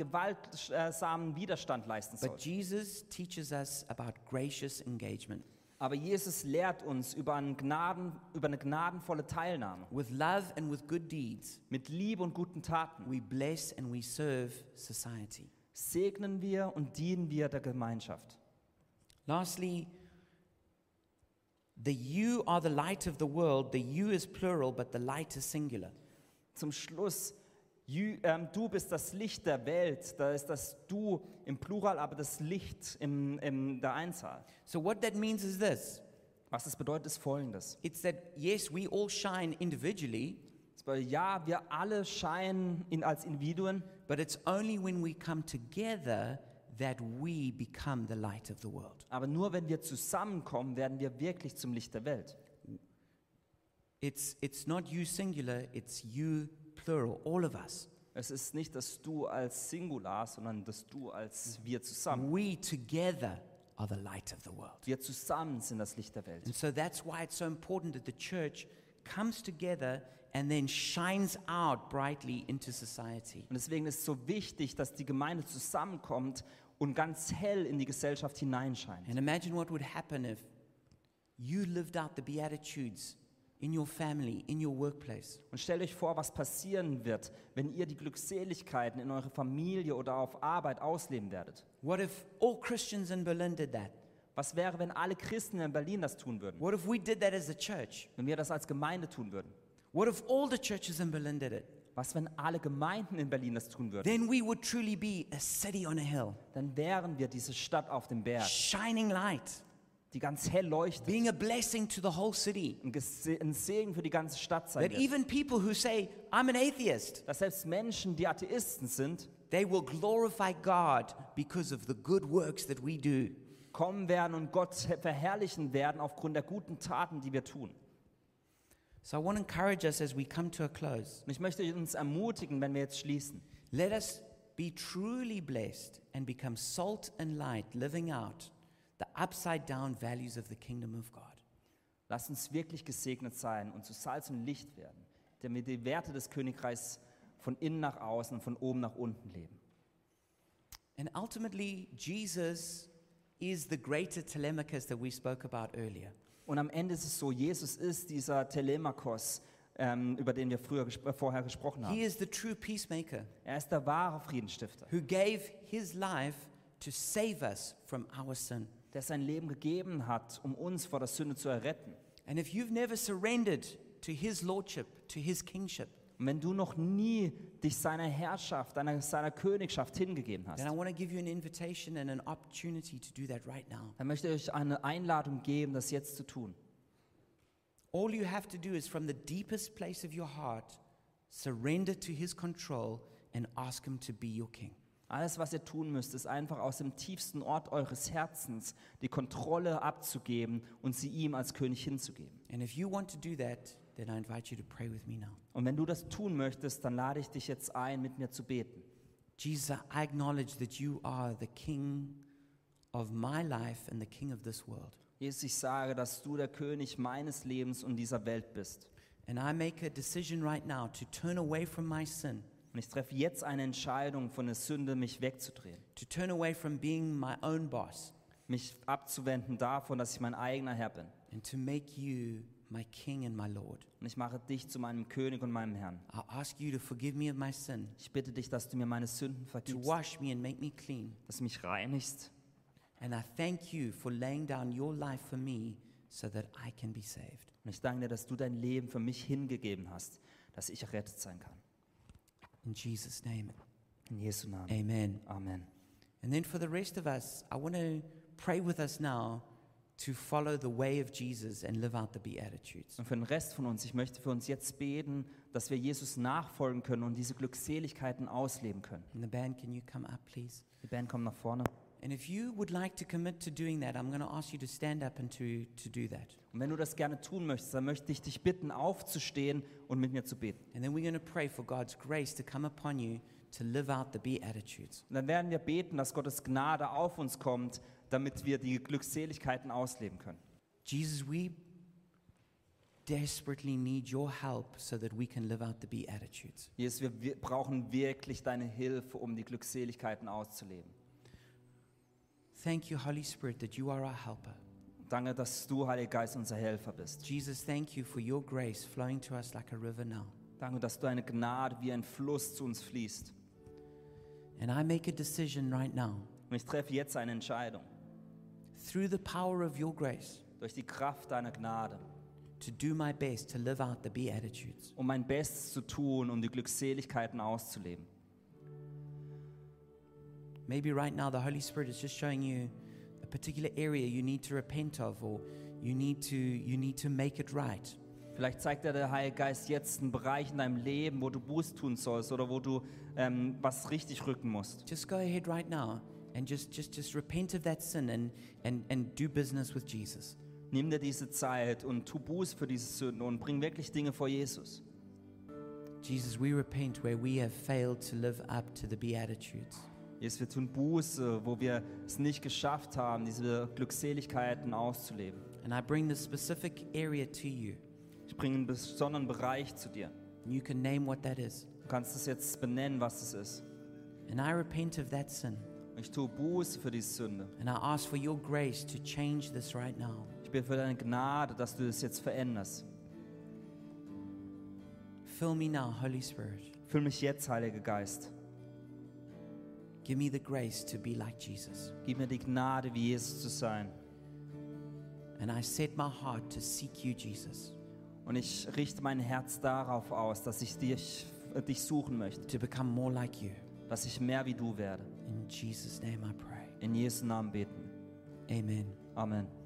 S2: gewaltsamen Widerstand leisten
S1: But
S2: sollte.
S1: Jesus teaches us about gracious engagement.
S2: Aber Jesus lehrt uns über, einen Gnaden, über eine gnadenvolle Teilnahme.
S1: With love and with good deeds,
S2: Mit Liebe und guten Taten
S1: we bless and we serve society.
S2: segnen wir und dienen wir der Gemeinschaft.
S1: Lastly, the you are the light of the world. The you is plural, but the light is singular.
S2: Zum Schluss, Jü- ähm, du bist das Licht der Welt. Da ist das Du im Plural, aber das Licht in, in der Einzahl.
S1: So, what that means is this
S2: Was es bedeutet, ist folgendes.
S1: it's that, yes, we all shine individually,
S2: Es bedeutet, ja, wir alle scheinen in, als Individuen,
S1: but it's only when we come together that we become the light of the world.
S2: aber nur wenn wir zusammenkommen, werden wir wirklich zum Licht der Welt.
S1: It's, it's not you singular, it's you plural, all of us.
S2: Es ist nicht das Du als Singular, sondern das Du als wir zusammen.
S1: We together are the light of the world.
S2: Wir zusammen sind das Licht der Welt.
S1: And so that's why it's so important that the church comes together and then shines out brightly into society.
S2: Und deswegen ist es so wichtig, dass die Gemeinde zusammenkommt und ganz hell in die Gesellschaft hineinscheint.
S1: And imagine what would happen if you lived out the Beatitudes in your family, in your workplace.
S2: Und stellt euch vor, was passieren wird, wenn ihr die Glückseligkeiten in eurer Familie oder auf Arbeit ausleben werdet.
S1: What if all Christians in Berlin did that?
S2: Was wäre, wenn alle Christen in Berlin das tun würden?
S1: What if we did that as a church?
S2: Wenn wir das als Gemeinde tun würden?
S1: What if all the churches in Berlin did it?
S2: Was, wenn alle Gemeinden in Berlin das tun würden?
S1: Then we would truly be a city on a hill,
S2: Dann wären wir diese Stadt auf dem Berg,
S1: shining light,
S2: die ganz hell leuchtet.
S1: being a blessing to the whole city.
S2: ein, Gese- ein Segen für die ganze Stadt sein
S1: That
S2: wird.
S1: even people who say, I'm an atheist,
S2: Dass selbst Menschen, die Atheisten sind,
S1: they will glorify God because of the good works that we do.
S2: kommen werden und Gott verherrlichen werden aufgrund der guten Taten, die wir tun.
S1: So I want to encourage us as we come to a close.
S2: Und ich möchte uns ermutigen, wenn wir jetzt schließen,
S1: Let us be truly blessed and become salt and light, living out the upside down values of the kingdom of God.
S2: lasst uns wirklich gesegnet sein und zu Salz und Licht werden, damit wir die Werte des Königreichs von innen nach außen und von oben nach unten leben.
S1: And ultimately, Jesus is the greater Telemachus that we spoke about earlier.
S2: Und am Ende ist es so, Jesus ist dieser Telemakos, ähm, über den wir früher gesp vorher gesprochen
S1: He
S2: haben.
S1: is the true peacemaker
S2: Er ist der wahre Friedensstifter.
S1: who gave his life to save us from our sin.
S2: der sein Leben gegeben hat, um uns vor der Sünde zu erretten.
S1: And if you've never surrendered to his lordship, to his kingship,
S2: Und wenn du noch nie dich seiner Herrschaft, deiner, seiner Königschaft hingegeben hast,
S1: then I want to give you an invitation and an opportunity to do that right now.
S2: dann möchte ich euch eine Einladung geben, das jetzt zu tun.
S1: All you have to do is from the deepest place of your heart, surrender to his control and ask him to be your king.
S2: Alles, was ihr tun müsst, ist einfach aus dem tiefsten Ort eures Herzens die Kontrolle abzugeben und sie ihm als König hinzugeben.
S1: And if you want to do that, then I invite you to pray with me now.
S2: Und wenn du das tun möchtest, dann lade ich dich jetzt ein, mit mir zu beten.
S1: Jesus, I acknowledge that you are the king of my life and the king of this world.
S2: Jesus, ich sage, dass du der König meines Lebens und dieser Welt bist.
S1: And I make a decision right now to turn away from my sin
S2: Und ich treffe jetzt eine Entscheidung, von der Sünde mich wegzudrehen,
S1: to turn away from being my own boss
S2: mich abzuwenden davon, dass ich mein eigener Herr bin.
S1: and to make you my King and my Lord.
S2: Und ich mache dich zu meinem König und meinem Herrn.
S1: I ask you to forgive me of my sin,
S2: Ich bitte dich, dass du mir meine Sünden
S1: to
S2: vergibst,
S1: wash me and make me clean.
S2: dass du mich reinigst.
S1: And I thank you for laying down your life for me so that I can be saved.
S2: Und ich danke dir, dass du dein Leben für mich hingegeben hast, dass ich errettet sein kann.
S1: In Jesus' name,
S2: In Jesu Namen.
S1: amen.
S2: Amen.
S1: And then for the rest of us, I want to pray with us now to follow the way of Jesus and live out the Beatitudes.
S2: Und für den Rest von uns, ich möchte für uns jetzt beten, dass wir Jesus nachfolgen können und diese Glückseligkeiten ausleben können.
S1: And the band, can you come up, please?
S2: Die Band kommt nach vorne.
S1: And if you would like to commit to doing that, I'm going to ask you to stand up and to, to do that.
S2: Und wenn du das gerne tun möchtest, dann möchte ich dich bitten, aufzustehen und mit mir zu beten.
S1: And then we're going to pray for God's grace to come upon you to live out the Beatitudes.
S2: Und dann werden wir beten, dass Gottes Gnade auf uns kommt, damit wir die Glückseligkeiten ausleben können.
S1: Jesus, we desperately need your help so that we can live out the Beatitudes.
S2: Jesus, wir, wir brauchen wirklich deine Hilfe, um die Glückseligkeiten auszuleben.
S1: Thank you, Holy Spirit, that you are our helper.
S2: Danke, dass du, Heiliger Geist, unser Helfer bist.
S1: Jesus, thank you for your grace flowing to us like a river now.
S2: Danke, dass deine Gnade wie ein Fluss zu uns fließt.
S1: And I make a decision right now,
S2: Und ich treffe jetzt eine Entscheidung
S1: through the power of your grace,
S2: durch die Kraft deiner Gnade,
S1: to do my best to live out the Beatitudes.
S2: um mein Bestes zu tun, um die Glückseligkeiten auszuleben.
S1: Maybe right now the Holy Spirit is just showing you a particular area you need to repent of or you need to you need to make it right.
S2: Vielleicht zeigt dir der Heilige Geist jetzt einen Bereich in deinem Leben, wo du Buß tun sollst oder wo du ähm, was richtig rücken musst.
S1: Just go ahead right now and just just just repent of that sin and and and do business with Jesus.
S2: Nimm dir diese Zeit und tu Buß für diese Sünden und bring wirklich Dinge vor Jesus.
S1: Jesus, we repent where we have failed to live up to the beatitudes.
S2: Jesus, wir tun Buße, wo wir es nicht geschafft haben, diese Glückseligkeiten auszuleben.
S1: And I bring this specific area to you.
S2: Ich bringe einen besonderen Bereich zu dir.
S1: And you can name what that is.
S2: Du kannst es jetzt benennen, was es ist.
S1: And I repent of that sin.
S2: Und ich tue Buße für diese Sünde.
S1: And I ask for your grace to change this right now.
S2: Ich bitte für deine Gnade, dass du das jetzt veränderst.
S1: Fill me now, Holy Spirit.
S2: Füll mich jetzt, Heiliger Geist.
S1: Give me the grace to be like Jesus.
S2: Gib mir die Gnade, wie Jesus zu sein.
S1: And I set my heart to seek you, Jesus,
S2: Und ich richte mein Herz darauf aus, dass ich dich, äh, dich suchen möchte,
S1: to become more like you.
S2: dass ich mehr wie du werde.
S1: In Jesus' name I pray.
S2: In Jesu Namen beten.
S1: Amen.
S2: Amen.